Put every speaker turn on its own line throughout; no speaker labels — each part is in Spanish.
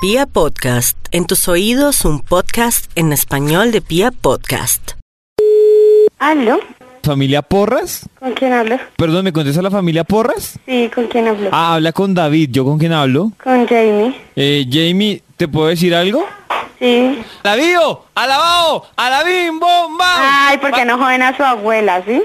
Pia Podcast, en tus oídos un podcast en español de Pia Podcast.
¿Aló?
¿Familia Porras?
¿Con quién hablo?
Perdón, ¿me contesta la familia Porras?
Sí, ¿con quién hablo?
Ah, habla con David, ¿yo con quién hablo?
Con Jamie.
Eh, Jamie, ¿te puedo decir algo?
Sí.
¡Davío! ¡Alabao! ¡Alabim, bomba!
Ay, ¿por qué no joden a su abuela, sí?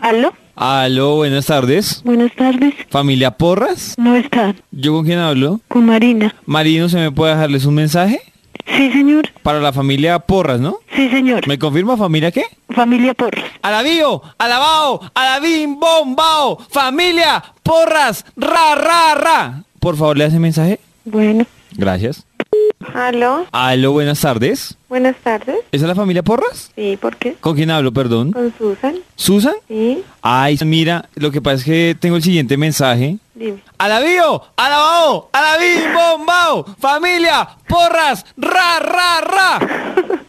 ¿Aló?
Aló, buenas tardes.
Buenas tardes.
¿Familia Porras?
No está
¿Yo con quién hablo?
con Marina.
Marino, ¿se me puede dejarles un mensaje?
Sí, señor.
Para la familia Porras, ¿no?
Sí, señor.
¿Me confirma familia qué?
Familia Porras.
¡Alabío! ¡Alabao! ¡Alabim, bombao! ¡Familia Porras! ¡Ra, ra, ra! Por favor, le hace mensaje.
Bueno,
Gracias.
¿Aló?
Aló, buenas tardes.
Buenas tardes.
¿Esa es la familia Porras?
Sí, ¿por qué?
¿Con quién hablo, perdón?
¿Con Susan?
¿Susan?
Sí,
Ay, mira, lo que pasa es que tengo el siguiente mensaje.
dime.
¡Alabío! ¡Alabao! ¡Alabí! ¡Bombao! ¡Familia! ¡Porras! ¡Ra, ra, ra!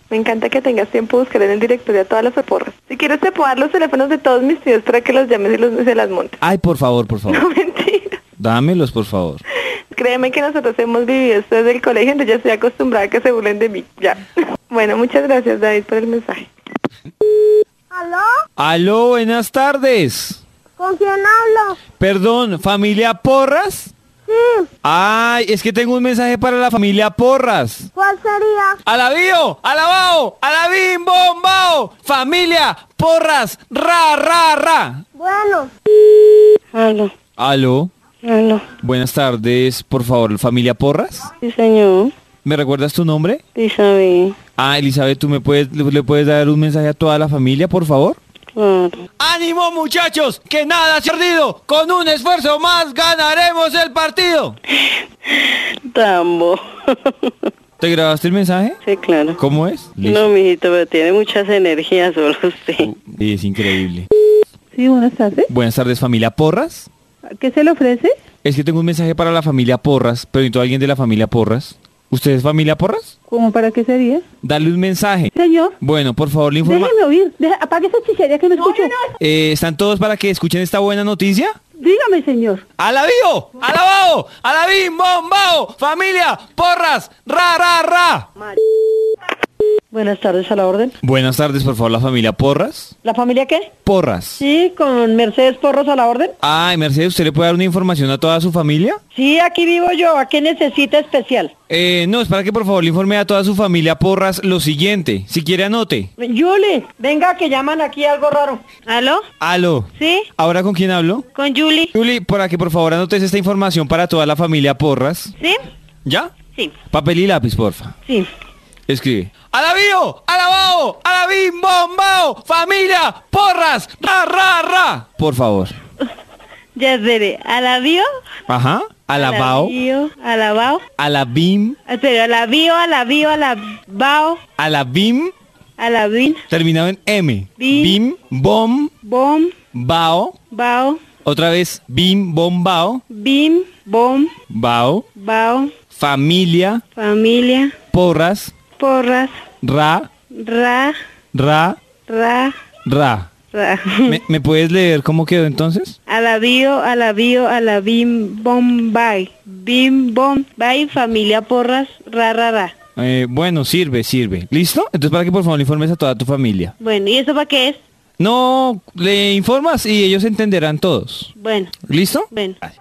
Me encanta que tengas tiempo de buscar en el directorio a todas las porras. Si quieres te puedo dar los teléfonos de todos mis tíos para que los llames y los se las montes.
Ay, por favor, por favor.
No, mentira.
Dámelos, por favor.
Créeme que nosotros hemos vivido esto desde el colegio, entonces ya estoy acostumbrada a que se burlen de mí. Ya. Bueno, muchas gracias, David, por el mensaje.
Aló, buenas tardes.
¿Con quién hablo?
Perdón, ¿familia Porras?
Sí,
Ay, es que tengo un mensaje para la familia Porras.
¿cuál sería?
Alabío, alabao, alabim, bombao, familia, porras, ra, ra, ra.
Bueno,
aló,
Aló,
aló.
buenas tardes, por favor, familia Porras.
Sí, señor.
¿Me recuerdas tu nombre?
Isabel.
Ah, Elizabeth, ¿tú me puedes, le, le puedes dar un mensaje a toda la familia, por favor?
Claro.
¡Ánimo, muchachos! ¡Que nada se ha perdido! ¡Con un esfuerzo más ganaremos el partido!
Tambo.
¿Te grabaste el mensaje?
sí, claro.
¿Cómo es?
No, mijito, pero tiene muchas energías solo usted.
Es increíble.
Sí, buenas tardes.
Buenas tardes, familia Porras.
¿Qué se le ofrece?
Es que tengo un mensaje para la familia Porras, pero necesito a alguien de la familia Porras. ¿Usted es familia Porras?
¿Cómo para qué sería?
Dale un mensaje.
Señor,
Bueno, por favor, le informa.
déjeme oír. Deja- apague esa chichería que no escucho.
Eh, ¿Están todos para que escuchen esta buena noticia?
Dígame, señor.
¡Alabío! ¡Alabao! ¡Alabim! ¡Bombao! ¡Familia! ¡Porras! ¡Ra, ra, ra!
Buenas tardes, a la orden.
Buenas tardes, por favor, la familia Porras.
¿La familia qué?
Porras.
Sí, con Mercedes Porras a la orden.
Ay, Mercedes, ¿usted le puede dar una información a toda su familia?
Sí, aquí vivo yo. ¿A qué necesita especial?
Eh, no, es para que por favor le informe a toda su familia Porras lo siguiente. Si quiere, anote.
Julie, venga que llaman aquí algo raro.
¿aló?
Aló.
Sí,
¿Ahora con quién hablo?
con Julie.
Juli, para que por favor anotes esta información para toda la familia Porras.
¿Sí?
¿Ya?
Sí,
Papel y lápiz, porfa.
sí.
Escribe. ¡Alabío! ¡Alabao! ¡Alabim! ¡Bombao! ¡Familia! ¡Porras! ¡Ra, ra, ra! Por favor.
Ya seré. ¿Alabío?
Ajá. Alabao.
Alabío, alabao.
Alabim.
Ah, Pero alabío, alabío, alabao,
Alabim.
alabín,
Terminado en M.
Bim.
Bim. Bom.
bom,
Bao.
bao,
Otra vez. Bim. Bom. Bao.
bim, bom,
Bao.
bao,
Familia.
familia,
Porras.
porras,
Ra.
ra,
Ra.
ra,
Ra.
ra.
¿Me, me puedes leer cómo quedó entonces?
Alabío, alabío, alabim, bombay. Bim, bombay, familia porras, ra, ra, ra.
Eh, bueno, sirve, sirve. ¿Listo? Entonces para que por favor le informes a toda tu familia.
Bueno, ¿y eso para qué es?
No, le informas y ellos entenderán todos.
Bueno,
¿Listo?
bueno.
Ay.